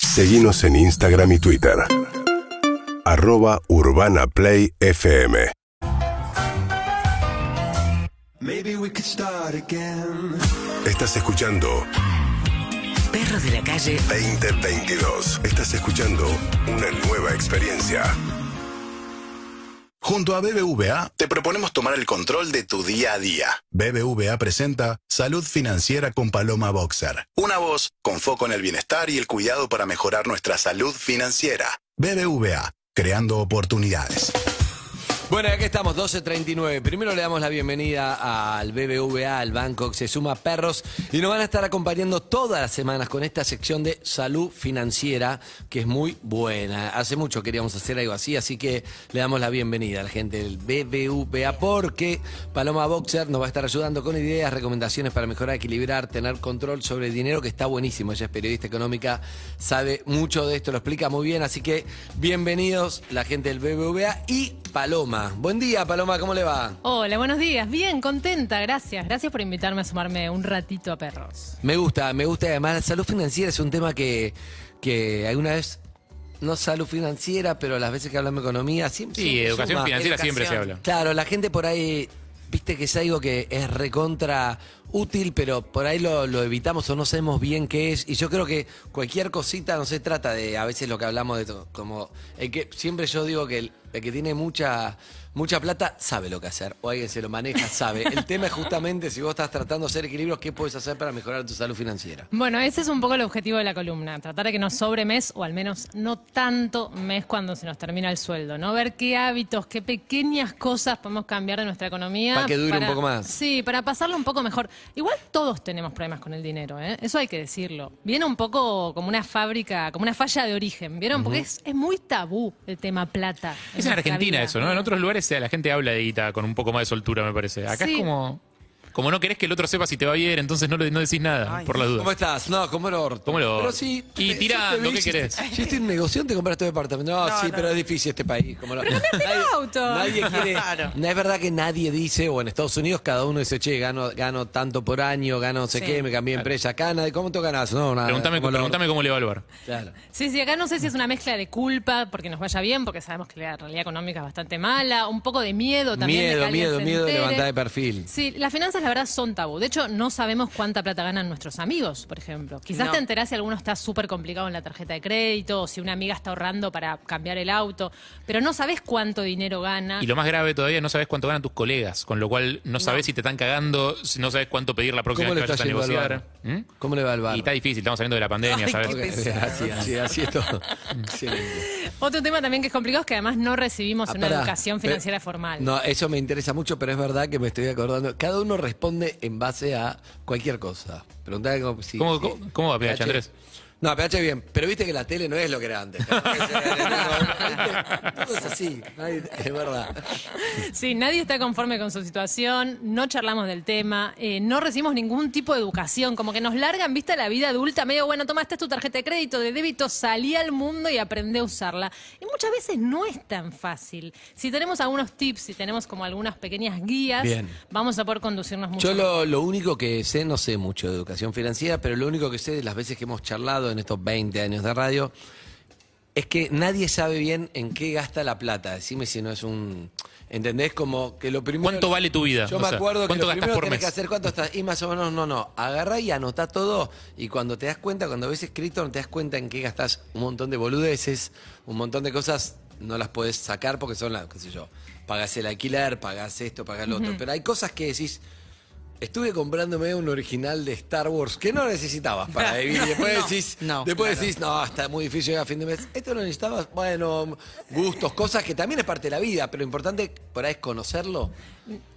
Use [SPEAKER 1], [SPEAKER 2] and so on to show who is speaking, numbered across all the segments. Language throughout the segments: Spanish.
[SPEAKER 1] Seguimos en Instagram y Twitter. Arroba Urbana Play FM.
[SPEAKER 2] Maybe we could start again.
[SPEAKER 1] Estás escuchando
[SPEAKER 3] Perros de la calle
[SPEAKER 1] 2022. Estás escuchando una nueva experiencia.
[SPEAKER 4] Junto a BBVA, te proponemos tomar el control de tu día a día. BBVA presenta Salud Financiera con Paloma Boxer. Una voz con foco en el bienestar y el cuidado para mejorar nuestra salud financiera. BBVA, creando oportunidades.
[SPEAKER 5] Bueno, aquí estamos, 12.39. Primero le damos la bienvenida al BBVA, al banco que se suma Perros y nos van a estar acompañando todas las semanas con esta sección de salud financiera que es muy buena. Hace mucho queríamos hacer algo así, así que le damos la bienvenida a la gente del BBVA porque Paloma Boxer nos va a estar ayudando con ideas, recomendaciones para mejorar, equilibrar, tener control sobre el dinero que está buenísimo. Ella es periodista económica, sabe mucho de esto, lo explica muy bien, así que bienvenidos la gente del BBVA y Paloma. Buen día, Paloma, ¿cómo le va?
[SPEAKER 6] Hola, buenos días. Bien, contenta, gracias. Gracias por invitarme a sumarme un ratito a perros.
[SPEAKER 5] Me gusta, me gusta. Además, la salud financiera es un tema que, que alguna vez, no salud financiera, pero las veces que hablamos de economía, siempre.
[SPEAKER 7] Sí,
[SPEAKER 5] siempre
[SPEAKER 7] educación
[SPEAKER 5] suma.
[SPEAKER 7] financiera
[SPEAKER 8] Educación.
[SPEAKER 7] siempre se habla.
[SPEAKER 5] Claro, la gente por ahí, viste que es algo que es recontra útil, pero por ahí lo, lo evitamos o no sabemos bien qué es. Y yo creo que cualquier cosita no se trata de a veces lo que hablamos de to- como el que siempre yo digo que el, el que tiene mucha mucha plata sabe lo que hacer o alguien se lo maneja sabe. El tema es justamente si vos estás tratando de hacer equilibrios, qué puedes hacer para mejorar tu salud financiera.
[SPEAKER 6] Bueno, ese es un poco el objetivo de la columna, tratar de que no sobre mes o al menos no tanto mes cuando se nos termina el sueldo, ¿no? Ver qué hábitos, qué pequeñas cosas podemos cambiar de nuestra economía.
[SPEAKER 5] Para que dure un poco más.
[SPEAKER 6] Sí, para pasarlo un poco mejor. Igual todos tenemos problemas con el dinero, ¿eh? Eso hay que decirlo. Viene un poco como una fábrica, como una falla de origen, ¿vieron? Porque es, es muy tabú el tema plata.
[SPEAKER 7] Es en
[SPEAKER 6] nuestra
[SPEAKER 7] Argentina
[SPEAKER 6] vida.
[SPEAKER 7] eso, ¿no? En otros lugares eh, la gente habla de guita con un poco más de soltura, me parece. Acá
[SPEAKER 6] Sí.
[SPEAKER 7] es como. Como no querés que el otro sepa si te va bien, entonces no, le- no decís nada, por la duda.
[SPEAKER 5] ¿Cómo estás? No, como el orto.
[SPEAKER 7] Como el orto.
[SPEAKER 5] Pero sí.
[SPEAKER 7] Y
[SPEAKER 5] eh,
[SPEAKER 7] tirá
[SPEAKER 5] yo te
[SPEAKER 7] lo
[SPEAKER 5] vi,
[SPEAKER 7] que
[SPEAKER 5] si
[SPEAKER 7] querés.
[SPEAKER 5] te- Yo estoy en negocio, te compraste tu departamento. No,
[SPEAKER 8] No,
[SPEAKER 5] sí,
[SPEAKER 8] no.
[SPEAKER 5] pero es difícil este país. Como lo-
[SPEAKER 6] el
[SPEAKER 5] Nadie-
[SPEAKER 6] auto.
[SPEAKER 5] Nadie quiere.
[SPEAKER 8] Claro.
[SPEAKER 5] No es verdad que nadie dice, o en Estados Unidos cada uno dice, che, gano, gano tanto por año, gano no sé
[SPEAKER 6] Sí.
[SPEAKER 5] qué, me cambié de empresa acá, nadie, ¿cómo tú ganas? No, nada.
[SPEAKER 7] Preguntame,
[SPEAKER 5] como el orto.
[SPEAKER 7] preguntame cómo le va al bar.
[SPEAKER 5] Claro.
[SPEAKER 6] Sí, sí, acá no sé si es una mezcla de culpa porque nos vaya bien, porque sabemos que la realidad económica es bastante mala, un poco de miedo también. de que
[SPEAKER 5] Miedo,
[SPEAKER 6] alguien
[SPEAKER 5] miedo,
[SPEAKER 6] se
[SPEAKER 5] miedo de
[SPEAKER 6] entere.
[SPEAKER 5] levantar de perfil.
[SPEAKER 6] Sí, las finanzas la verdad son tabú. De hecho, no sabemos cuánta plata ganan nuestros amigos, por ejemplo. Quizás
[SPEAKER 8] No.
[SPEAKER 6] te enterás si alguno está súper complicado en la tarjeta de crédito o si una amiga está ahorrando para cambiar el auto, pero no sabes cuánto dinero
[SPEAKER 8] Ah.
[SPEAKER 6] gana.
[SPEAKER 7] Y lo más grave todavía, no sabes cuánto ganan tus colegas, con lo cual no sabes si te están cagando, si no sabes cuánto pedir la próxima
[SPEAKER 5] ¿Cómo le
[SPEAKER 7] vez que
[SPEAKER 5] está
[SPEAKER 7] vayas a
[SPEAKER 5] yendo al
[SPEAKER 7] negociar.
[SPEAKER 5] bar?
[SPEAKER 7] ¿Mm?
[SPEAKER 5] ¿Cómo le va al bar?
[SPEAKER 7] Y está difícil, estamos saliendo de la pandemia,
[SPEAKER 8] Ay,
[SPEAKER 7] ¿sabes?
[SPEAKER 8] qué
[SPEAKER 5] Ok,
[SPEAKER 8] pesado.
[SPEAKER 5] así, así, así es todo.
[SPEAKER 7] Mm.
[SPEAKER 5] Excelente.
[SPEAKER 6] Otro tema también que es complicado es que además no recibimos
[SPEAKER 5] Ah,
[SPEAKER 6] una
[SPEAKER 5] pará.
[SPEAKER 6] educación financiera
[SPEAKER 5] Pero-
[SPEAKER 6] formal.
[SPEAKER 5] No, eso me interesa mucho, pero es verdad que me estoy acordando. Cada uno responde en base a cualquier cosa. Preguntaba como si.
[SPEAKER 7] ¿Cómo-
[SPEAKER 5] si-
[SPEAKER 7] cómo- cómo va PH, Andrés?
[SPEAKER 5] No, PH bien, pero viste que la tele no es lo que era antes. Todo es así, ay, es verdad.
[SPEAKER 6] Sí, nadie está conforme con su situación, no charlamos del tema, eh, no recibimos ningún tipo de educación, como que nos largan vista la vida adulta, medio bueno, toma, esta es tu tarjeta de crédito, de débito, salí al mundo y aprende a usarla. Y muchas veces no es tan fácil. Si tenemos algunos tips, si tenemos como algunas pequeñas guías,
[SPEAKER 5] Bien.
[SPEAKER 6] vamos a poder conducirnos mucho.
[SPEAKER 5] Yo lo,
[SPEAKER 6] mejor.
[SPEAKER 5] lo único que sé, no sé mucho de educación financiera, pero lo único que sé de las veces que hemos charlado en estos 20 años de radio es que nadie sabe bien en qué gasta la plata. Decime si no es un. ¿Entendés? Como que lo primero.
[SPEAKER 7] ¿Cuánto vale tu vida?
[SPEAKER 5] Yo
[SPEAKER 7] O
[SPEAKER 5] me
[SPEAKER 7] sea,
[SPEAKER 5] acuerdo que
[SPEAKER 7] ¿cuánto
[SPEAKER 5] lo
[SPEAKER 7] gastas
[SPEAKER 5] primero
[SPEAKER 7] por
[SPEAKER 5] tenés
[SPEAKER 7] mes?
[SPEAKER 5] que hacer cuánto estás. Y más o menos, no, no. Agarrá y anotá todo. Y cuando te das cuenta, cuando ves escrito, no te das cuenta en qué gastás un montón de boludeces, un montón de cosas, no las podés sacar porque son las, qué sé yo. Pagás el alquiler, pagás esto, pagás lo otro. Pero hay cosas que decís. Estuve comprándome un original de Star Wars que no necesitabas para vivir. Y después
[SPEAKER 8] No,
[SPEAKER 5] decís,
[SPEAKER 8] no,
[SPEAKER 5] después decís, no, está muy difícil llegar a fin de mes. Esto no necesitabas, bueno, gustos, cosas que también es parte de la vida, pero lo importante por ahí es conocerlo.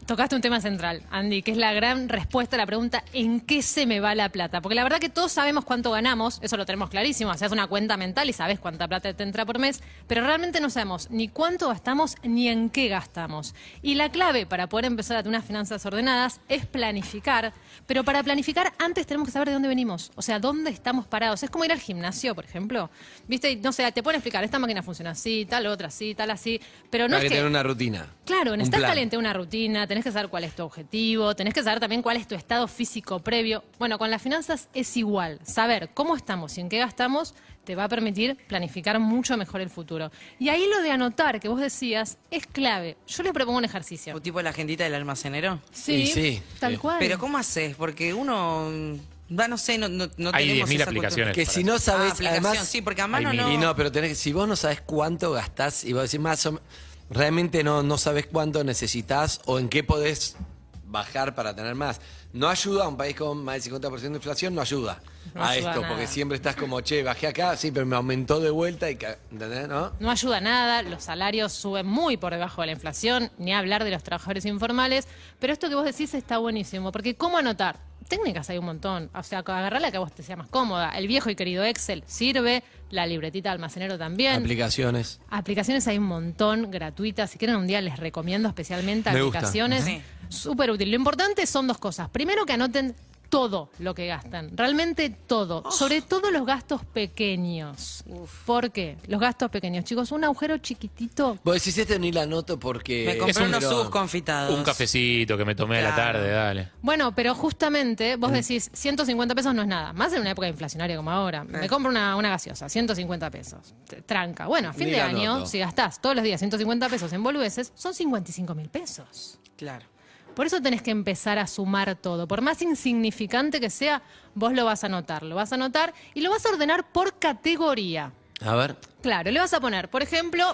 [SPEAKER 6] Tocaste un tema central, Andy, que es la gran respuesta a la pregunta ¿en qué se me va la plata? Porque la verdad que todos sabemos cuánto ganamos, eso lo tenemos clarísimo, haces una cuenta mental y sabes cuánta plata te entra por mes, pero realmente no sabemos ni cuánto gastamos ni en qué gastamos. Y la clave para poder empezar a tener unas finanzas ordenadas es planificar, pero para planificar antes tenemos que saber de dónde venimos, o sea, dónde estamos parados. Es como ir al gimnasio, por ejemplo. ¿Viste? Y, No sé, te pueden explicar, esta máquina funciona así, tal otra así, tal así, pero no
[SPEAKER 5] Hay
[SPEAKER 6] es
[SPEAKER 5] que
[SPEAKER 6] que
[SPEAKER 5] tener una rutina.
[SPEAKER 6] Claro,
[SPEAKER 5] Un
[SPEAKER 6] necesitas
[SPEAKER 5] plan.
[SPEAKER 6] talento, una rutina, tenés que saber cuál es tu objetivo, tenés que saber también cuál es tu estado físico previo. Bueno, con las finanzas es igual. Saber cómo estamos y en qué gastamos te va a permitir planificar mucho mejor el futuro. Y ahí lo de anotar que vos decías es clave. Yo les propongo un ejercicio.
[SPEAKER 8] O tipo la agendita del almacenero.
[SPEAKER 5] Y sí, eh,
[SPEAKER 6] tal
[SPEAKER 5] sí.
[SPEAKER 6] cual.
[SPEAKER 8] Pero ¿cómo haces? Porque uno, mm, va, no sé, no, no, no
[SPEAKER 7] Hay
[SPEAKER 8] tenemos
[SPEAKER 7] 10.000
[SPEAKER 8] esa cultura.
[SPEAKER 7] aplicaciones.
[SPEAKER 5] Que si no
[SPEAKER 8] Ah,
[SPEAKER 5] sabes,
[SPEAKER 8] aplicación,
[SPEAKER 5] además.
[SPEAKER 8] sí, porque a mano
[SPEAKER 7] hay mil.
[SPEAKER 8] no.
[SPEAKER 5] Y no, pero tenés, si vos no sabés cuánto gastás y vos decís más o me- realmente no, no sabés cuánto necesitas o en qué podés bajar para tener más. No ayuda a un país con más del 50% de inflación, no ayuda
[SPEAKER 6] No
[SPEAKER 5] a
[SPEAKER 6] ayuda
[SPEAKER 5] esto,
[SPEAKER 6] nada.
[SPEAKER 5] porque siempre estás como, che, bajé acá, sí, pero me aumentó de vuelta y ca- ¿entendés? ¿No?
[SPEAKER 6] No ayuda nada, los salarios suben muy por debajo de la inflación, ni hablar de los trabajadores informales, pero esto que vos decís está buenísimo, porque ¿cómo anotar? Técnicas hay un montón, o sea, agarrar la que a vos te sea más cómoda. El viejo y querido Excel sirve, la libretita de almacenero también.
[SPEAKER 5] Aplicaciones.
[SPEAKER 6] Aplicaciones hay un montón gratuitas. Si quieren un día les recomiendo especialmente
[SPEAKER 5] Me gusta.
[SPEAKER 6] aplicaciones.
[SPEAKER 8] Sí.
[SPEAKER 6] Súper útil. Lo importante son dos cosas. Primero que anoten todo lo que gastan. Realmente todo. Sobre todo los gastos pequeños. ¿Por qué? Los gastos pequeños. Chicos, un agujero chiquititito.
[SPEAKER 5] Vos decís esto ni la noto porque.
[SPEAKER 8] Me
[SPEAKER 7] Es
[SPEAKER 8] compré
[SPEAKER 7] un
[SPEAKER 8] unos
[SPEAKER 5] pero-
[SPEAKER 8] subs confitados.
[SPEAKER 7] Un cafecito que me tomé a la
[SPEAKER 8] Claro.
[SPEAKER 7] tarde, dale.
[SPEAKER 6] Bueno, pero justamente
[SPEAKER 5] Mm.
[SPEAKER 6] vos decís, 150 pesos no es nada. Más en una época inflacionaria como ahora. Me compro una, una gaseosa, 150 pesos. T- Tranca. Bueno, a fin
[SPEAKER 5] Ni
[SPEAKER 6] de
[SPEAKER 5] la
[SPEAKER 6] año,
[SPEAKER 5] noto.
[SPEAKER 6] si gastás todos los días 150 pesos en boludeces, son 55 mil pesos.
[SPEAKER 8] Claro.
[SPEAKER 6] Por eso tenés que empezar a sumar todo. Por más insignificante que sea, vos lo vas a anotar. Lo vas a anotar y lo vas a ordenar por categoría.
[SPEAKER 5] A ver,
[SPEAKER 6] Claro, le vas a poner, por ejemplo,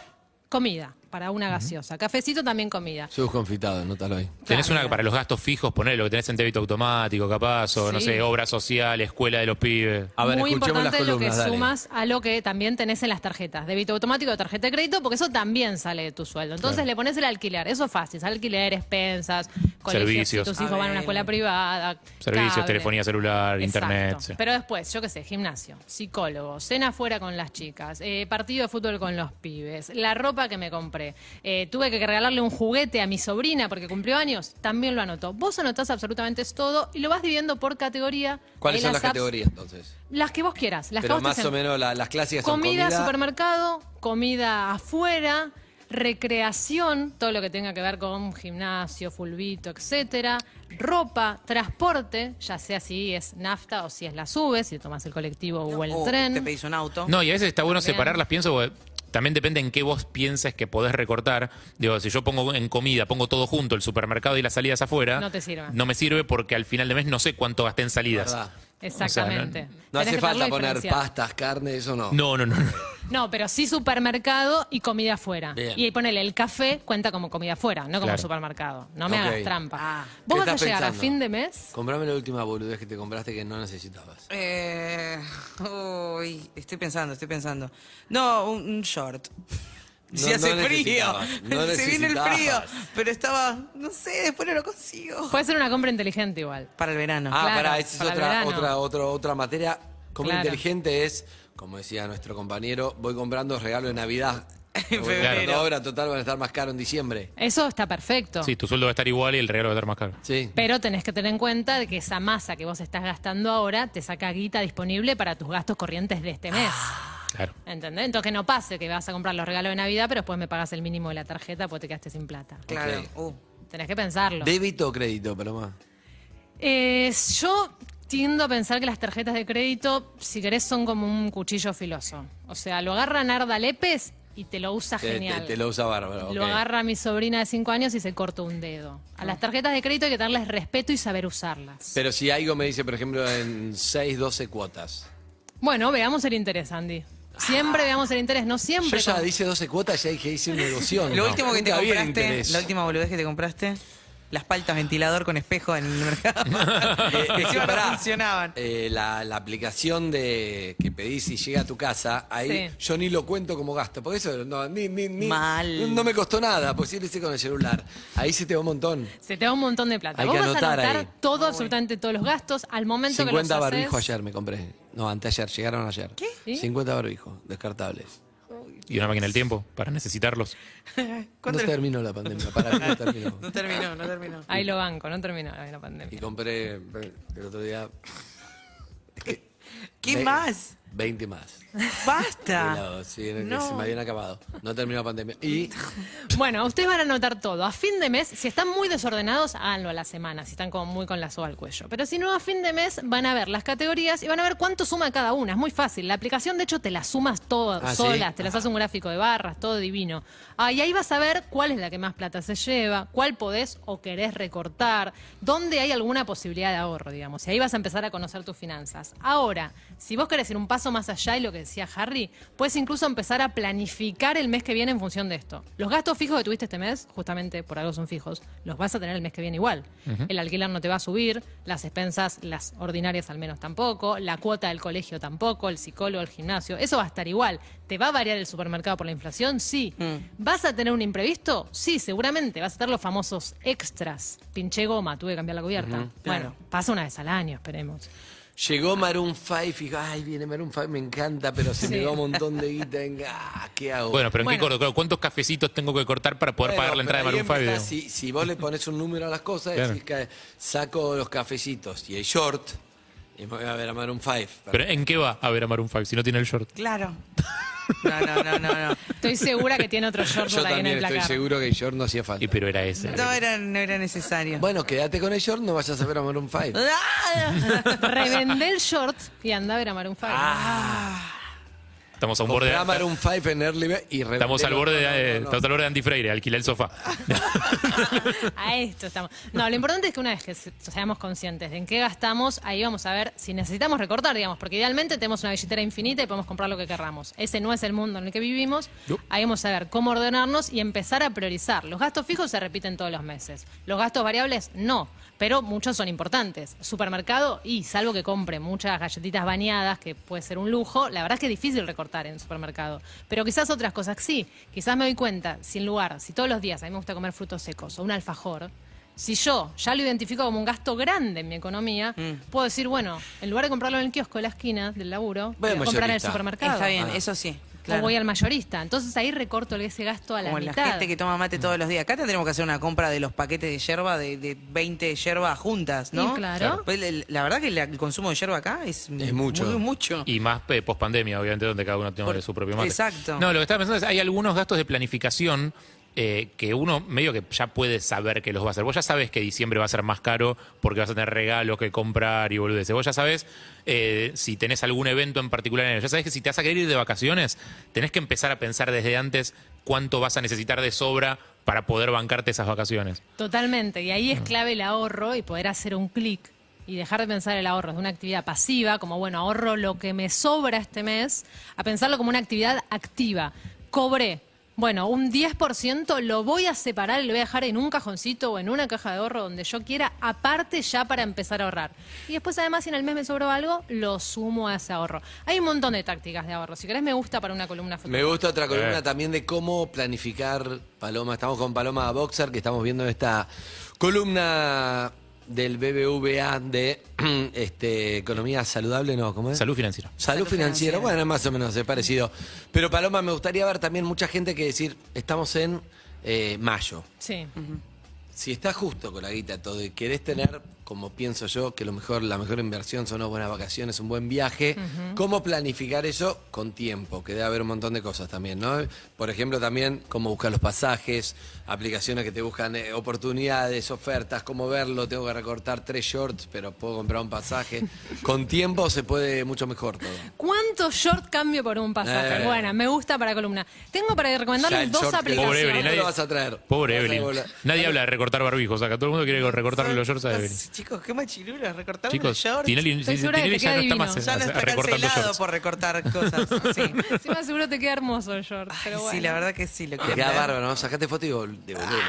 [SPEAKER 6] comida para una gaseosa. Cafecito también comida.
[SPEAKER 5] subconfitado, nótalo ahí.
[SPEAKER 7] Tenés una para los gastos fijos, poner lo que tenés en débito automático, capaz, o no
[SPEAKER 6] Sí.
[SPEAKER 7] sé, obra social, escuela de los pibes.
[SPEAKER 5] A ver,
[SPEAKER 6] Muy
[SPEAKER 5] escuchemos las
[SPEAKER 6] importante lo que
[SPEAKER 5] columnas, dale.
[SPEAKER 6] sumas a lo que también tenés en las tarjetas. Débito automático, tarjeta de crédito, porque eso también sale de tu sueldo. Entonces le pones el alquiler. Eso es fácil. Alquiler, expensas, colegios,
[SPEAKER 7] Servicios.
[SPEAKER 6] si tus hijos van a una escuela privada.
[SPEAKER 7] Servicios,
[SPEAKER 6] cable.
[SPEAKER 7] telefonía celular,
[SPEAKER 6] Exacto.
[SPEAKER 7] internet. sí.
[SPEAKER 6] Pero después, yo qué sé, gimnasio, psicólogo, cena fuera con las chicas, eh, partido de fútbol con los pibes, la ropa que me compré, eh, tuve que regalarle un juguete a mi sobrina porque cumplió años, también lo anotó. Vos anotás absolutamente todo y lo vas dividiendo por categoría.
[SPEAKER 5] ¿Cuáles
[SPEAKER 6] Ahí
[SPEAKER 5] son las
[SPEAKER 6] apps-
[SPEAKER 5] categorías entonces?
[SPEAKER 6] Las que vos quieras, las que
[SPEAKER 5] Pero
[SPEAKER 6] vos te
[SPEAKER 5] más
[SPEAKER 6] sen-
[SPEAKER 5] o menos la- las clásicas son
[SPEAKER 6] comida,
[SPEAKER 5] comida,
[SPEAKER 6] supermercado, comida afuera, recreación, todo lo que tenga que ver con gimnasio, fulbito, etcétera, ropa, transporte, ya sea si es nafta o si es la sube, si tomas el colectivo o el
[SPEAKER 8] O
[SPEAKER 6] tren.
[SPEAKER 8] Oh, Te pedís un auto.
[SPEAKER 7] No, y a veces está bueno
[SPEAKER 6] También.
[SPEAKER 7] separarlas, pienso, porque también depende en qué vos pienses que podés recortar. Digo, si yo pongo en comida, pongo todo junto, el supermercado y las salidas afuera.
[SPEAKER 6] No te sirve.
[SPEAKER 7] No me sirve porque al final de mes no sé cuánto gasté en salidas.
[SPEAKER 5] Verdad.
[SPEAKER 6] Exactamente.
[SPEAKER 5] No
[SPEAKER 6] Tenés
[SPEAKER 5] hace
[SPEAKER 6] que saberlo
[SPEAKER 5] falta poner
[SPEAKER 6] diferenciar.
[SPEAKER 5] pastas, carne, eso no.
[SPEAKER 7] No, no, no. no.
[SPEAKER 6] No, pero sí supermercado y comida afuera.
[SPEAKER 5] Bien.
[SPEAKER 6] Y ponele, el café cuenta como comida afuera, no como
[SPEAKER 7] Claro.
[SPEAKER 6] supermercado. No me
[SPEAKER 5] Ok.
[SPEAKER 6] hagas trampa.
[SPEAKER 8] Ah.
[SPEAKER 6] Vos
[SPEAKER 5] ¿Qué
[SPEAKER 6] vas a
[SPEAKER 5] estás
[SPEAKER 6] llegar
[SPEAKER 5] pensando?
[SPEAKER 6] a fin de mes
[SPEAKER 5] Comprame la última boludez que te compraste que no necesitabas.
[SPEAKER 8] Eh, uy, estoy pensando, estoy pensando. No, un, un short. Si
[SPEAKER 5] No,
[SPEAKER 8] hace
[SPEAKER 5] no
[SPEAKER 8] frío,
[SPEAKER 5] necesitabas, no
[SPEAKER 8] se viene el
[SPEAKER 5] necesitabas.
[SPEAKER 8] frío, pero estaba, no sé, después no lo consigo.
[SPEAKER 6] Puede ser una compra inteligente igual.
[SPEAKER 8] Para el verano.
[SPEAKER 5] Ah,
[SPEAKER 6] Claro,
[SPEAKER 5] pará, esa es
[SPEAKER 6] para el
[SPEAKER 5] otra,
[SPEAKER 6] verano.
[SPEAKER 5] otra, otra, otra materia. Comer
[SPEAKER 6] Claro.
[SPEAKER 5] inteligente es, como decía nuestro compañero, voy comprando regalo de Navidad.
[SPEAKER 8] En
[SPEAKER 5] Voy
[SPEAKER 8] febrero.
[SPEAKER 5] comprando Ahora, total, van a estar más caros en diciembre.
[SPEAKER 6] Eso está perfecto.
[SPEAKER 7] Sí, tu sueldo va a estar igual y el regalo va a estar más caro.
[SPEAKER 5] Sí.
[SPEAKER 6] Pero tenés que tener en cuenta de que esa masa que vos estás gastando ahora te saca guita disponible para tus gastos corrientes de este mes.
[SPEAKER 5] Ah.
[SPEAKER 7] Claro.
[SPEAKER 6] ¿Entendés? Entonces que no pase que vas a comprar los regalos de Navidad, pero después me pagas el mínimo de la tarjeta porque te quedaste sin plata.
[SPEAKER 8] claro.
[SPEAKER 5] ok.
[SPEAKER 8] uh.
[SPEAKER 6] Tenés que pensarlo.
[SPEAKER 5] ¿Débito o crédito, Paloma?
[SPEAKER 6] Eh, yo tiendo a pensar que las tarjetas de crédito, si querés, son como un cuchillo filoso. O sea, lo agarra Narda Lépez y te lo usa
[SPEAKER 5] Te,
[SPEAKER 6] genial.
[SPEAKER 5] te- te lo usa bárbaro.
[SPEAKER 6] Lo
[SPEAKER 5] ok.
[SPEAKER 6] agarra mi sobrina de 5 años y se corta un dedo. A las tarjetas de crédito hay que darles respeto y saber usarlas.
[SPEAKER 5] Pero si algo me dice, por ejemplo, en 6, 12 cuotas.
[SPEAKER 6] Bueno, veamos el interés, Andy. Siempre veamos el interés, no
[SPEAKER 5] Ah. Yo
[SPEAKER 6] siempre.
[SPEAKER 5] ya
[SPEAKER 6] con-
[SPEAKER 5] dice 12 cuotas, ya dije, hice un negocio.
[SPEAKER 8] Lo último que te
[SPEAKER 5] Nunca vi el
[SPEAKER 8] compraste,
[SPEAKER 5] interés.
[SPEAKER 8] la última boludez que te compraste, las paltas ventilador con espejo en el mercado.
[SPEAKER 5] Eh, es que
[SPEAKER 8] Encima no
[SPEAKER 5] pará,
[SPEAKER 8] funcionaban.
[SPEAKER 5] eh, la, la aplicación de que pedís y llega a tu casa, ahí
[SPEAKER 6] Sí.
[SPEAKER 5] yo ni lo cuento como gasto, porque eso no, ni, ni- ni-
[SPEAKER 8] Mal.
[SPEAKER 5] no me costó nada, pues sí lo hice con el celular. Ahí se te va un montón.
[SPEAKER 6] Se te da un montón de plata.
[SPEAKER 5] Hay
[SPEAKER 6] Vos
[SPEAKER 5] que
[SPEAKER 6] vas a
[SPEAKER 5] anotar
[SPEAKER 6] anotar
[SPEAKER 5] ahí.
[SPEAKER 6] todo, absolutamente todos los gastos, al momento que los
[SPEAKER 5] 50
[SPEAKER 6] haces.
[SPEAKER 5] barbijos ayer me compré. No, anteayer, llegaron ayer. ¿Qué?
[SPEAKER 6] ¿Sí?
[SPEAKER 5] 50 barbijos, descartables.
[SPEAKER 7] Y una máquina del tiempo para necesitarlos.
[SPEAKER 5] No
[SPEAKER 8] ¿Cuándo-
[SPEAKER 5] terminó la pandemia, para mí no terminó.
[SPEAKER 8] No terminó, no terminó.
[SPEAKER 6] Ahí lo banco, no terminó la
[SPEAKER 5] Y
[SPEAKER 6] pandemia.
[SPEAKER 5] compré eh, el otro día
[SPEAKER 8] ¿Qué
[SPEAKER 5] Me-
[SPEAKER 8] más?
[SPEAKER 5] 20 más.
[SPEAKER 8] ¡Basta!
[SPEAKER 5] Helado, sí, que
[SPEAKER 8] No.
[SPEAKER 5] se me habían acabado. No terminó la pandemia. Y
[SPEAKER 6] Bueno, ustedes van a anotar todo. A fin de mes, si están muy desordenados, háganlo a la semana, si están como muy con la soga al cuello. Pero si no, a fin de mes van a ver las categorías y van a ver cuánto suma cada una. Es muy fácil. La aplicación, de hecho, te las sumas todas
[SPEAKER 5] Ah, ¿sí?
[SPEAKER 6] solas, te las hace un gráfico de barras, todo divino. Ah, y ahí vas a ver cuál es la que más plata se lleva, cuál podés o querés recortar, dónde hay alguna posibilidad de ahorro, digamos. Y ahí vas a empezar a conocer tus finanzas. Ahora, si vos querés ir un paso más allá y lo que decía Harry, puedes incluso empezar a planificar el mes que viene en función de esto. Los gastos fijos que tuviste este mes, justamente por algo son fijos, los vas a tener el mes que viene igual. El alquiler no te va a subir, las expensas, las ordinarias al menos tampoco, la cuota del colegio tampoco, el psicólogo, el gimnasio, eso va a estar igual. ¿Te va a variar el supermercado por la inflación? Sí. ¿Vas a tener un imprevisto? Sí, seguramente. Vas a tener los famosos extras. Pinché goma, tuve que cambiar la cubierta. Bueno,
[SPEAKER 8] Claro.
[SPEAKER 6] pasa una vez al año, esperemos.
[SPEAKER 5] llegó Maroon 5 y dijo, ay, viene Maroon 5, me encanta, pero se
[SPEAKER 6] Sí.
[SPEAKER 5] me va un montón de guita. venga, ah, ¿Qué hago?
[SPEAKER 7] Bueno, pero ¿en
[SPEAKER 6] Bueno.
[SPEAKER 7] qué corto? ¿Cuántos cafecitos tengo que cortar para poder
[SPEAKER 5] Bueno,
[SPEAKER 7] pagar la entrada de
[SPEAKER 5] pero ahí
[SPEAKER 7] Maroon 5?
[SPEAKER 5] empezás, Si, si vos le pones un número a las cosas,
[SPEAKER 7] Claro.
[SPEAKER 5] decís que saco los cafecitos y el short y me voy a ver a Maroon 5.
[SPEAKER 7] ¿Pero en qué va a ver a Maroon 5 si no tiene el short?
[SPEAKER 8] Claro. No, no, no, no, no.
[SPEAKER 6] Estoy segura que tiene otro short
[SPEAKER 5] Yo
[SPEAKER 6] por ahí en
[SPEAKER 5] también
[SPEAKER 6] el placar.
[SPEAKER 5] estoy seguro que el short no hacía falta.
[SPEAKER 7] Y pero era ese.
[SPEAKER 8] No era, no era necesario.
[SPEAKER 5] Bueno, quédate con el short, no vayas a ver a Maroon 5.
[SPEAKER 8] ¡Ah!
[SPEAKER 6] Revendé el short y andá a ver a Maroon five.
[SPEAKER 5] Ah.
[SPEAKER 7] Estamos a un borde.
[SPEAKER 5] Comprá
[SPEAKER 7] de-
[SPEAKER 5] a Maroon 5 en Early Bird y
[SPEAKER 7] Estamos al
[SPEAKER 5] revendelo.
[SPEAKER 7] borde de,
[SPEAKER 5] No, no,
[SPEAKER 7] eh,
[SPEAKER 5] no, no.
[SPEAKER 7] estamos al borde de Andy Freire, alquila el sofá.
[SPEAKER 6] A esto estamos. No, lo importante es que una vez que se- seamos conscientes de en qué gastamos, ahí vamos a ver si necesitamos recortar, digamos, porque idealmente tenemos una billetera infinita y podemos comprar lo que querramos. Ese no es el mundo en el que vivimos. Ahí vamos a ver cómo ordenarnos y empezar a priorizar. Los gastos fijos se repiten todos los meses. Los gastos variables, no. Pero muchos son importantes. Supermercado, y salvo que compre muchas galletitas bañadas, que puede ser un lujo, la verdad es que es difícil recortar en el supermercado. Pero quizás otras cosas sí. Quizás me doy cuenta, sin lugar, si todos los días a mí me gusta comer frutos secos o un alfajor, si yo ya lo identifico como un gasto grande en mi economía,
[SPEAKER 8] Mm.
[SPEAKER 6] puedo decir, bueno, en lugar de comprarlo en el kiosco de la esquina del laburo,
[SPEAKER 5] Voy
[SPEAKER 6] voy
[SPEAKER 5] al
[SPEAKER 6] a comprar en el
[SPEAKER 5] mayorista.
[SPEAKER 6] supermercado. Ah.
[SPEAKER 8] Está
[SPEAKER 5] Ah.
[SPEAKER 8] bien, eso sí. Claro.
[SPEAKER 6] O voy al mayorista. Entonces ahí recorto ese gasto a la
[SPEAKER 8] Como la
[SPEAKER 6] mitad.
[SPEAKER 8] gente que toma mate todos los días. Acá tenemos que hacer una compra de los paquetes de yerba, de, de 20 yerbas juntas, ¿no?
[SPEAKER 6] Sí, claro.
[SPEAKER 8] Pues, el- la verdad que la- el consumo de yerba acá es,
[SPEAKER 5] Es mucho.
[SPEAKER 8] Muy, mucho.
[SPEAKER 7] Y más post pandemia, obviamente, donde cada uno tiene
[SPEAKER 8] Por-
[SPEAKER 7] su propio mate.
[SPEAKER 8] exacto.
[SPEAKER 7] No, lo que estaba pensando es hay algunos gastos de planificación eh, que uno medio que ya puede saber que los va a hacer. Vos ya sabés que diciembre va a ser más caro porque vas a tener regalos que comprar y boludeces. Vos ya sabés eh, si tenés algún evento en particular en enero. Ya sabés que si te vas a querer ir de vacaciones, tenés que empezar a pensar desde antes cuánto vas a necesitar de sobra para poder bancarte esas vacaciones.
[SPEAKER 6] Totalmente, y ahí es clave el ahorro y poder hacer un clic y dejar de pensar el ahorro es una actividad pasiva, como bueno, ahorro lo que me sobra este mes, a pensarlo como una actividad activa. Cobré, bueno, un 10% lo voy a separar y lo voy a dejar en un cajoncito o en una caja de ahorro donde yo quiera, aparte ya para empezar a ahorrar. Y después además si en el mes me sobró algo, lo sumo a ese ahorro. Hay un montón de tácticas de ahorro. Si querés me gusta para una columna futura.
[SPEAKER 5] Me gusta otra columna
[SPEAKER 7] Eh.
[SPEAKER 5] también de cómo planificar Paloma. Estamos con Paloma Boxer, que estamos viendo esta columna del BBVA de este, economía saludable, ¿no? ¿Cómo es?
[SPEAKER 7] Salud financiera.
[SPEAKER 5] Salud financiera, bueno, más o menos es parecido. Pero Paloma, me gustaría ver también mucha gente que decir, estamos en eh, mayo.
[SPEAKER 6] Sí.
[SPEAKER 5] Si estás justo con la guita todo y querés tener, como pienso yo, que lo mejor, la mejor inversión son unas buenas vacaciones, un buen viaje, ¿cómo planificar eso con tiempo? Que debe haber un montón de cosas también, ¿no? Por ejemplo, también cómo buscar los pasajes, aplicaciones que te buscan eh, oportunidades, ofertas, cómo verlo, tengo que recortar tres shorts, pero puedo comprar un pasaje. con tiempo se puede mucho mejor todo.
[SPEAKER 6] ¿Cuánto short cambio por un pasaje?
[SPEAKER 5] Eh.
[SPEAKER 6] Bueno, me gusta para columna. Tengo para
[SPEAKER 5] Ya
[SPEAKER 6] recomendarles
[SPEAKER 5] el
[SPEAKER 6] dos
[SPEAKER 5] short que-
[SPEAKER 7] Pobre
[SPEAKER 6] aplicaciones.
[SPEAKER 7] Evelyn,
[SPEAKER 5] ¿Cuándo
[SPEAKER 7] nadie-
[SPEAKER 5] lo vas a traer?
[SPEAKER 7] Pobre
[SPEAKER 5] Vas a
[SPEAKER 7] Evelyn.
[SPEAKER 5] volar.
[SPEAKER 7] Nadie habla de recortar barbijos acá. Todo el mundo quiere recortarle los shorts a Evelyn.
[SPEAKER 8] Chicos, qué machirulas, recortar los
[SPEAKER 7] Chicos,
[SPEAKER 8] shorts.
[SPEAKER 7] Tinelli,
[SPEAKER 6] Estoy segura
[SPEAKER 7] Tinelli
[SPEAKER 6] que te
[SPEAKER 7] ya no
[SPEAKER 6] queda divino.
[SPEAKER 7] está más
[SPEAKER 8] ya no está
[SPEAKER 7] recortando
[SPEAKER 8] cancelado
[SPEAKER 7] shorts.
[SPEAKER 8] por recortar cosas. Sí,
[SPEAKER 6] Encima seguro te queda hermoso el short.
[SPEAKER 8] Ay,
[SPEAKER 6] pero
[SPEAKER 8] sí,
[SPEAKER 6] bueno.
[SPEAKER 8] la verdad que sí. Lo
[SPEAKER 5] Te
[SPEAKER 8] quiero
[SPEAKER 5] queda
[SPEAKER 8] ver.
[SPEAKER 5] bárbaro, ¿no? Sacate foto y vol- devolvelo.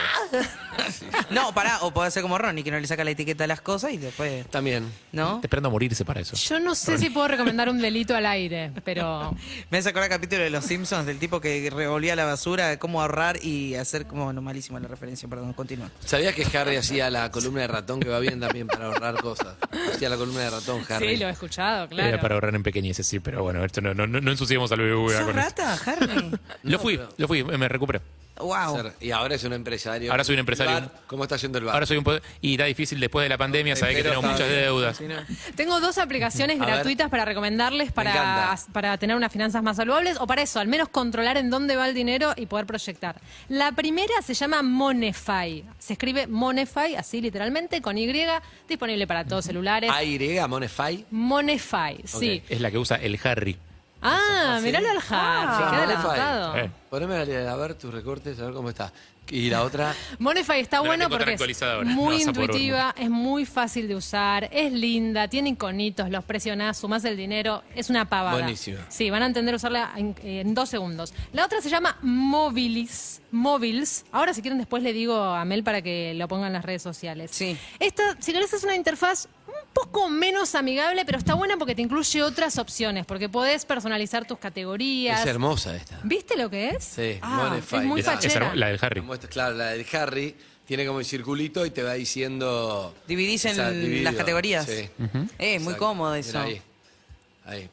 [SPEAKER 8] No, pará, o puede ser como Ronnie, que no le saca la etiqueta a las cosas y después.
[SPEAKER 5] También.
[SPEAKER 8] ¿No?
[SPEAKER 7] Está esperando a morirse para eso.
[SPEAKER 6] Yo no sé si puedo recomendar un delito al aire, pero
[SPEAKER 8] Me hace acordar el capítulo de Los Simpsons del tipo que revolvía la basura, cómo ahorrar y hacer como. No, malísima la referencia, perdón, continúa.
[SPEAKER 5] ¿Sabías que Harry hacía la columna de ratón que va bien también para ahorrar cosas? Hacía la columna de ratón, Harry.
[SPEAKER 6] sí, lo he
[SPEAKER 5] Eh,
[SPEAKER 6] escuchado, claro.
[SPEAKER 7] Era para ahorrar en pequeñeces, sí, pero bueno, esto no, no, no- no ensuciemos al BBVA
[SPEAKER 8] ¿Sos
[SPEAKER 7] con eso.
[SPEAKER 8] rata, Harry?
[SPEAKER 7] Lo fui, lo fui, me recuperé.
[SPEAKER 8] Wow.
[SPEAKER 5] Ser- Y ahora es un empresario.
[SPEAKER 7] Ahora soy un empresario.
[SPEAKER 5] Bar, ¿Cómo está yendo el bar?
[SPEAKER 7] Ahora soy un poder. Y está difícil después de la pandemia, sabés que
[SPEAKER 5] Pero
[SPEAKER 7] tenemos
[SPEAKER 5] está
[SPEAKER 7] muchas
[SPEAKER 5] bien.
[SPEAKER 7] deudas.
[SPEAKER 5] Sí, ¿no?
[SPEAKER 6] Tengo dos aplicaciones
[SPEAKER 5] A ver.
[SPEAKER 6] gratuitas para recomendarles para,
[SPEAKER 5] encanta.
[SPEAKER 6] para tener unas finanzas más saludables o para eso, al menos controlar en dónde va el dinero y poder proyectar. La primera se llama Monefy. Se escribe Monefy, así literalmente, con Y, disponible para todos celulares.
[SPEAKER 5] AY, Ah, Monefy.
[SPEAKER 6] Monefy, sí.
[SPEAKER 7] Es la que usa el Harry.
[SPEAKER 6] Ah, miralo al Harry, queda
[SPEAKER 5] Monefy.
[SPEAKER 6] adelantado.
[SPEAKER 7] Eh.
[SPEAKER 5] Poneme a, a ver tus recortes, a ver cómo está. Y la otra,
[SPEAKER 6] Monify está
[SPEAKER 7] No la
[SPEAKER 6] bueno
[SPEAKER 7] tengo tan
[SPEAKER 6] porque es
[SPEAKER 7] actualizada ahora,
[SPEAKER 6] muy
[SPEAKER 7] no vas a poder
[SPEAKER 6] intuitiva, es muy fácil de usar, es linda, tiene iconitos, los presionás, sumás el dinero, es una pavada.
[SPEAKER 5] Buenísima.
[SPEAKER 6] Sí, van a entender usarla en, en dos segundos. La otra se llama Mobilis, Móvils. Ahora si quieren después le digo a Mel para que lo pongan en las redes sociales.
[SPEAKER 8] Sí.
[SPEAKER 6] Esta, si querés, es una interfaz un poco menos amigable, pero está buena porque te incluye otras opciones, porque podés personalizar tus categorías.
[SPEAKER 5] es hermosa esta.
[SPEAKER 6] ¿Viste lo que es?
[SPEAKER 5] Sí,
[SPEAKER 8] Ah,
[SPEAKER 5] Monefy.
[SPEAKER 6] es muy
[SPEAKER 5] mirá.
[SPEAKER 7] Es
[SPEAKER 6] fachera.
[SPEAKER 7] hermo- la del Harry.
[SPEAKER 5] Como esta, claro, la del Harry tiene como el circulito y te va diciendo.
[SPEAKER 8] Dividís en
[SPEAKER 5] Esa, dividido,
[SPEAKER 8] las categorías.
[SPEAKER 5] sí.
[SPEAKER 8] Eh, muy
[SPEAKER 5] Exacto.
[SPEAKER 8] cómodo
[SPEAKER 5] Mirá
[SPEAKER 8] eso.
[SPEAKER 5] ahí. Ahí.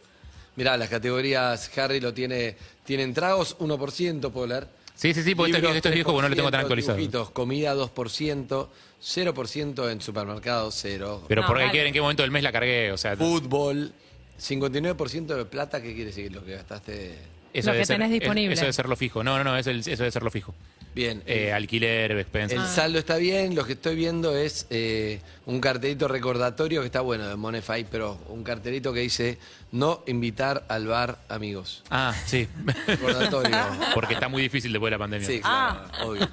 [SPEAKER 5] Mirá, las categorías Harry lo tiene. Tienen tragos 1%, Polar.
[SPEAKER 7] Sí, sí, sí, porque esto
[SPEAKER 5] Libros,
[SPEAKER 7] es viejo, esto es viejo, porque no lo tengo tan
[SPEAKER 5] 3%,
[SPEAKER 7] actualizado.
[SPEAKER 5] dibujitos, comida 2%, 0% en supermercado, 0.
[SPEAKER 7] Pero
[SPEAKER 6] No,
[SPEAKER 7] por
[SPEAKER 6] vale.
[SPEAKER 7] qué en qué momento del mes la cargué. O sea,
[SPEAKER 5] Fútbol, 59% de plata, ¿qué quiere decir? Lo que gastaste.
[SPEAKER 7] eso
[SPEAKER 6] Lo
[SPEAKER 7] debe
[SPEAKER 6] que
[SPEAKER 7] ser-
[SPEAKER 6] tenés
[SPEAKER 7] es-
[SPEAKER 6] disponible.
[SPEAKER 7] Eso debe ser lo fijo. No, no, no, es el- eso debe ser lo fijo.
[SPEAKER 5] Bien.
[SPEAKER 7] Eh, alquiler,
[SPEAKER 5] El
[SPEAKER 8] Ah.
[SPEAKER 7] expensas.
[SPEAKER 5] saldo está bien, lo que estoy viendo es eh, un cartelito recordatorio que está bueno de Monefy, pero un cartelito que dice no invitar al bar amigos.
[SPEAKER 7] Ah, sí.
[SPEAKER 5] Recordatorio.
[SPEAKER 7] Porque está muy difícil después de la pandemia.
[SPEAKER 5] Sí, claro,
[SPEAKER 6] Ah.
[SPEAKER 5] obvio.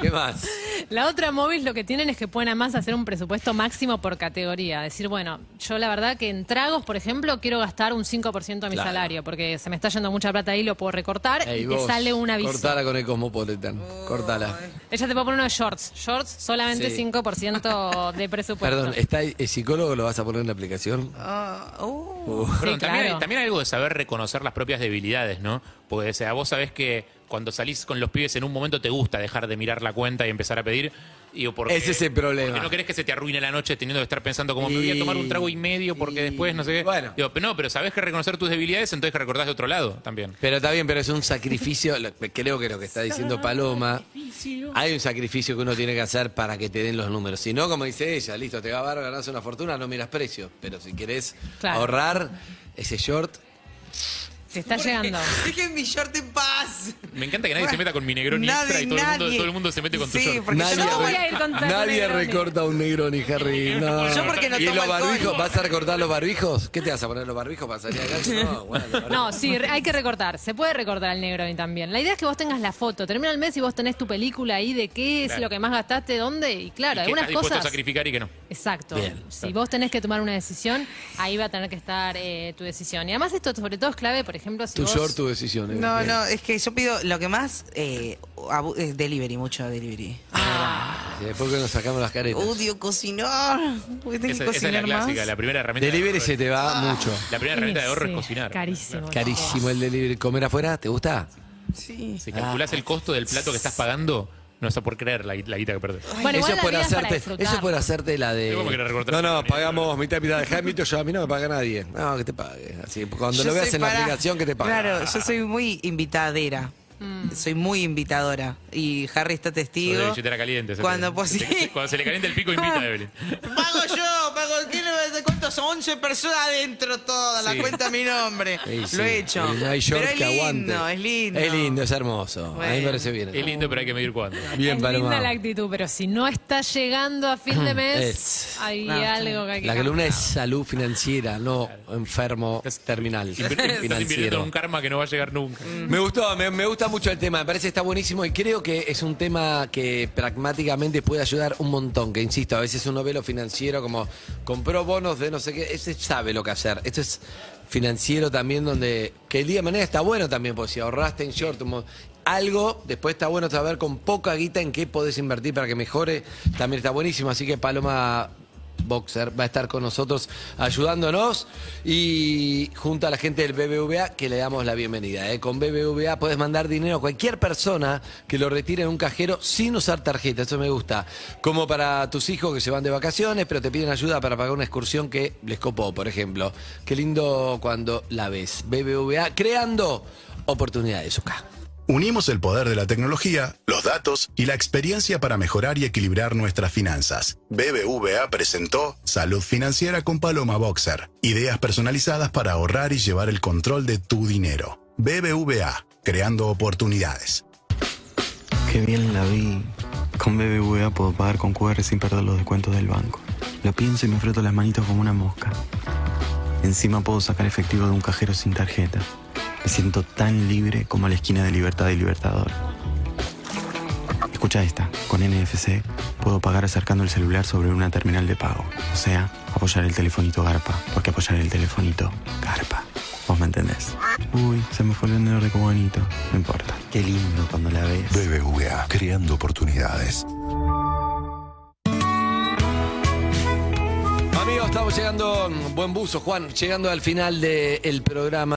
[SPEAKER 5] ¿Qué más?
[SPEAKER 6] La otra móvil lo que tienen es que pueden además hacer un presupuesto máximo por categoría. Decir, bueno, yo la verdad que en tragos, por ejemplo, quiero gastar un 5% de mi
[SPEAKER 5] Claro.
[SPEAKER 6] salario porque se me está yendo mucha plata ahí, lo puedo recortar
[SPEAKER 5] Ey,
[SPEAKER 6] y te
[SPEAKER 5] vos,
[SPEAKER 6] sale un aviso. Oh.
[SPEAKER 5] Cortala con el Cosmopolitan. Cortala.
[SPEAKER 6] Ella te puede poner unos shorts. Shorts, solamente
[SPEAKER 5] Sí.
[SPEAKER 6] 5% de presupuesto.
[SPEAKER 5] Perdón, ¿está ahí- el psicólogo lo vas a poner en la aplicación?
[SPEAKER 8] Ah, uh.
[SPEAKER 7] Perdón,
[SPEAKER 6] Sí,
[SPEAKER 7] también,
[SPEAKER 6] claro.
[SPEAKER 7] hay, también hay algo de saber reconocer las propias debilidades, ¿no? Porque, o sea, vos sabés que cuando salís con los pibes en un momento te gusta dejar de mirar la cuenta y empezar a pedir. Digo, porque,
[SPEAKER 5] Ese es el problema.
[SPEAKER 7] porque no querés que se te arruine la noche teniendo que estar pensando como me voy
[SPEAKER 5] Y-
[SPEAKER 7] a tomar un trago y medio porque
[SPEAKER 5] y-
[SPEAKER 7] después no sé qué.
[SPEAKER 5] bueno.
[SPEAKER 7] Digo, pero no, pero sabés que reconocer tus debilidades, entonces que recordás de otro lado también.
[SPEAKER 5] Pero está bien, pero es un sacrificio, lo- creo que lo que está diciendo Paloma, hay un sacrificio que uno tiene que hacer para que te den los números. Si no, como dice ella, listo, te va a bar, ganás una fortuna, no miras precio. Pero si querés
[SPEAKER 6] Claro.
[SPEAKER 5] ahorrar ese short,
[SPEAKER 6] Te está llegando.
[SPEAKER 8] Dejen mi short en paz.
[SPEAKER 7] Me encanta que nadie se meta con mi negrón
[SPEAKER 8] Nadie,
[SPEAKER 7] extra y todo el, mundo,
[SPEAKER 8] nadie.
[SPEAKER 7] todo el mundo se mete con tu
[SPEAKER 8] Sí,
[SPEAKER 7] short.
[SPEAKER 8] porque
[SPEAKER 5] Nadie
[SPEAKER 8] yo no
[SPEAKER 5] re-
[SPEAKER 8] tomo
[SPEAKER 6] voy a ir con tanto
[SPEAKER 5] nadie
[SPEAKER 6] Negroni.
[SPEAKER 5] recorta un Negroni, Harry. No.
[SPEAKER 8] Yo porque no
[SPEAKER 5] ¿Y
[SPEAKER 8] tomo
[SPEAKER 5] los
[SPEAKER 8] alcohol.
[SPEAKER 5] barbijos? ¿Vas a recortar los barbijos? ¿Qué te vas a poner los barbijos para salir acá? No, bueno, la verdad.
[SPEAKER 6] No, sí, re- hay que recortar. Se puede recortar al negro y también. La idea es que vos tengas la foto. Termina el mes y vos tenés tu película ahí de qué es
[SPEAKER 7] Claro.
[SPEAKER 6] lo que más gastaste, dónde. Y
[SPEAKER 7] Y
[SPEAKER 6] claro,
[SPEAKER 7] que
[SPEAKER 6] algunas
[SPEAKER 7] estás dispuesto a
[SPEAKER 6] cosas.
[SPEAKER 7] sacrificar y que no.
[SPEAKER 6] Exacto.
[SPEAKER 5] Bien.
[SPEAKER 6] Si vos tenés que tomar una decisión, ahí va a tener que estar eh, tu decisión. Y además esto sobre todo es clave, por ejemplo, si
[SPEAKER 5] Tu
[SPEAKER 6] vos...
[SPEAKER 5] short, tu decisión. eh.
[SPEAKER 8] No, no, es que yo pido lo que más. Eh, abu- eh, delivery, mucho delivery.
[SPEAKER 5] Y Después que nos sacamos las caretas.
[SPEAKER 8] Odio cocinar. Voy a tener
[SPEAKER 7] Esa,
[SPEAKER 8] que
[SPEAKER 7] esa es la
[SPEAKER 8] cocinar más.
[SPEAKER 7] clásica, la primera herramienta. de
[SPEAKER 5] Delivery
[SPEAKER 7] ahorro
[SPEAKER 5] se
[SPEAKER 7] es-
[SPEAKER 5] te va mucho.
[SPEAKER 7] La primera herramienta de ahorro es
[SPEAKER 6] Sí,
[SPEAKER 7] cocinar.
[SPEAKER 6] Carísimo.
[SPEAKER 5] Carísimo el delivery. ¿Comer afuera? ¿Te gusta?
[SPEAKER 8] Sí.
[SPEAKER 7] Si calculás el costo del plato que estás pagando, no está por creer la, la guita que perdés.
[SPEAKER 6] Bueno,
[SPEAKER 5] eso
[SPEAKER 6] igual la
[SPEAKER 5] por
[SPEAKER 6] vida es para
[SPEAKER 5] hacerte,
[SPEAKER 6] disfrutar.
[SPEAKER 5] eso por hacerte la de.
[SPEAKER 7] Yo como que le recorté
[SPEAKER 5] No,
[SPEAKER 7] la
[SPEAKER 5] no,
[SPEAKER 7] economía,
[SPEAKER 5] pagamos mitad y mitad. Dejá de mito yo, a mí no me paga nadie. No, que te pague. Así, cuando
[SPEAKER 8] Yo
[SPEAKER 5] lo veas
[SPEAKER 8] soy
[SPEAKER 5] en la
[SPEAKER 8] para-
[SPEAKER 5] aplicación, que te pague.
[SPEAKER 8] Claro, yo soy muy invitadera. Soy muy invitadora. Y Harry está
[SPEAKER 7] Sobre la
[SPEAKER 8] testigo.
[SPEAKER 7] billetera caliente. se
[SPEAKER 8] Cuando,
[SPEAKER 7] te-
[SPEAKER 8] pues,
[SPEAKER 7] se te-
[SPEAKER 8] sí.
[SPEAKER 7] cuando se le calienta el pico, invita a Evelyn.
[SPEAKER 8] Pago yo, pago. ¿tiene- ¿Cuántos son? 11 personas adentro todas.
[SPEAKER 5] Sí.
[SPEAKER 8] La cuenta a mi nombre.
[SPEAKER 5] Sí, sí.
[SPEAKER 8] Lo he hecho.
[SPEAKER 5] Y No hay short
[SPEAKER 8] Pero es
[SPEAKER 5] que aguante.
[SPEAKER 8] lindo, es lindo.
[SPEAKER 5] Es lindo, es hermoso. A mí me
[SPEAKER 8] Bueno.
[SPEAKER 5] parece bien.
[SPEAKER 7] Es lindo, pero hay que medir cuándo.
[SPEAKER 5] Bien,
[SPEAKER 6] es
[SPEAKER 5] Paloma.
[SPEAKER 6] linda la actitud, pero si no está llegando a fin de mes,
[SPEAKER 5] Es.
[SPEAKER 6] hay
[SPEAKER 8] No,
[SPEAKER 6] algo que hay que
[SPEAKER 5] La
[SPEAKER 6] cambiar.
[SPEAKER 5] columna es salud financiera, no enfermo terminal.
[SPEAKER 7] Estás invirtiendo en
[SPEAKER 5] Financiero.
[SPEAKER 7] un karma que no va a llegar nunca.
[SPEAKER 5] Me gustó, me, me gusta mucho el tema, me parece que está buenísimo y creo que es un tema que pragmáticamente puede ayudar un montón, que insisto, a veces uno ve lo financiero como compró bonos de no sé qué, ese sabe lo que hacer, esto es financiero también donde, que el día de mañana está bueno también, porque si ahorraste en short, un mo- algo, después está bueno saber con poca guita en qué podés invertir para que mejore, también está buenísimo, así que Paloma Boxer va a estar con nosotros ayudándonos y junto a la gente del BBVA que le damos la bienvenida. ¿eh? Con BBVA puedes mandar dinero a cualquier persona que lo retire en un cajero sin usar tarjeta, eso me gusta. Como para tus hijos que se van de vacaciones pero te piden ayuda para pagar una excursión que les copó, por ejemplo. Qué lindo cuando la ves. BBVA creando oportunidades, acá.
[SPEAKER 4] Unimos el poder de la tecnología, los datos y la experiencia para mejorar y equilibrar nuestras finanzas. BBVA presentó Salud Financiera con Paloma Boxer. Ideas personalizadas para ahorrar y llevar el control de tu dinero. BBVA, creando oportunidades.
[SPEAKER 9] Qué bien la vi. Con BBVA puedo pagar con QR sin perder los descuentos del banco. La pienso y me froto las manitos como una mosca. Encima puedo sacar efectivo de un cajero sin tarjeta. Me siento tan libre como a la esquina de Libertad y Libertador. Escucha esta. Con NFC puedo pagar acercando el celular sobre una terminal de pago. O sea, apoyar el telefonito garpa. Porque apoyar el telefonito garpa. Vos me entendés. Uy, se me fue el vendedor de cubanito. No importa. Qué lindo cuando la ves.
[SPEAKER 1] BBVA, creando oportunidades.
[SPEAKER 5] Amigos, estamos llegando, buen buzo, Juan, llegando al final del programa.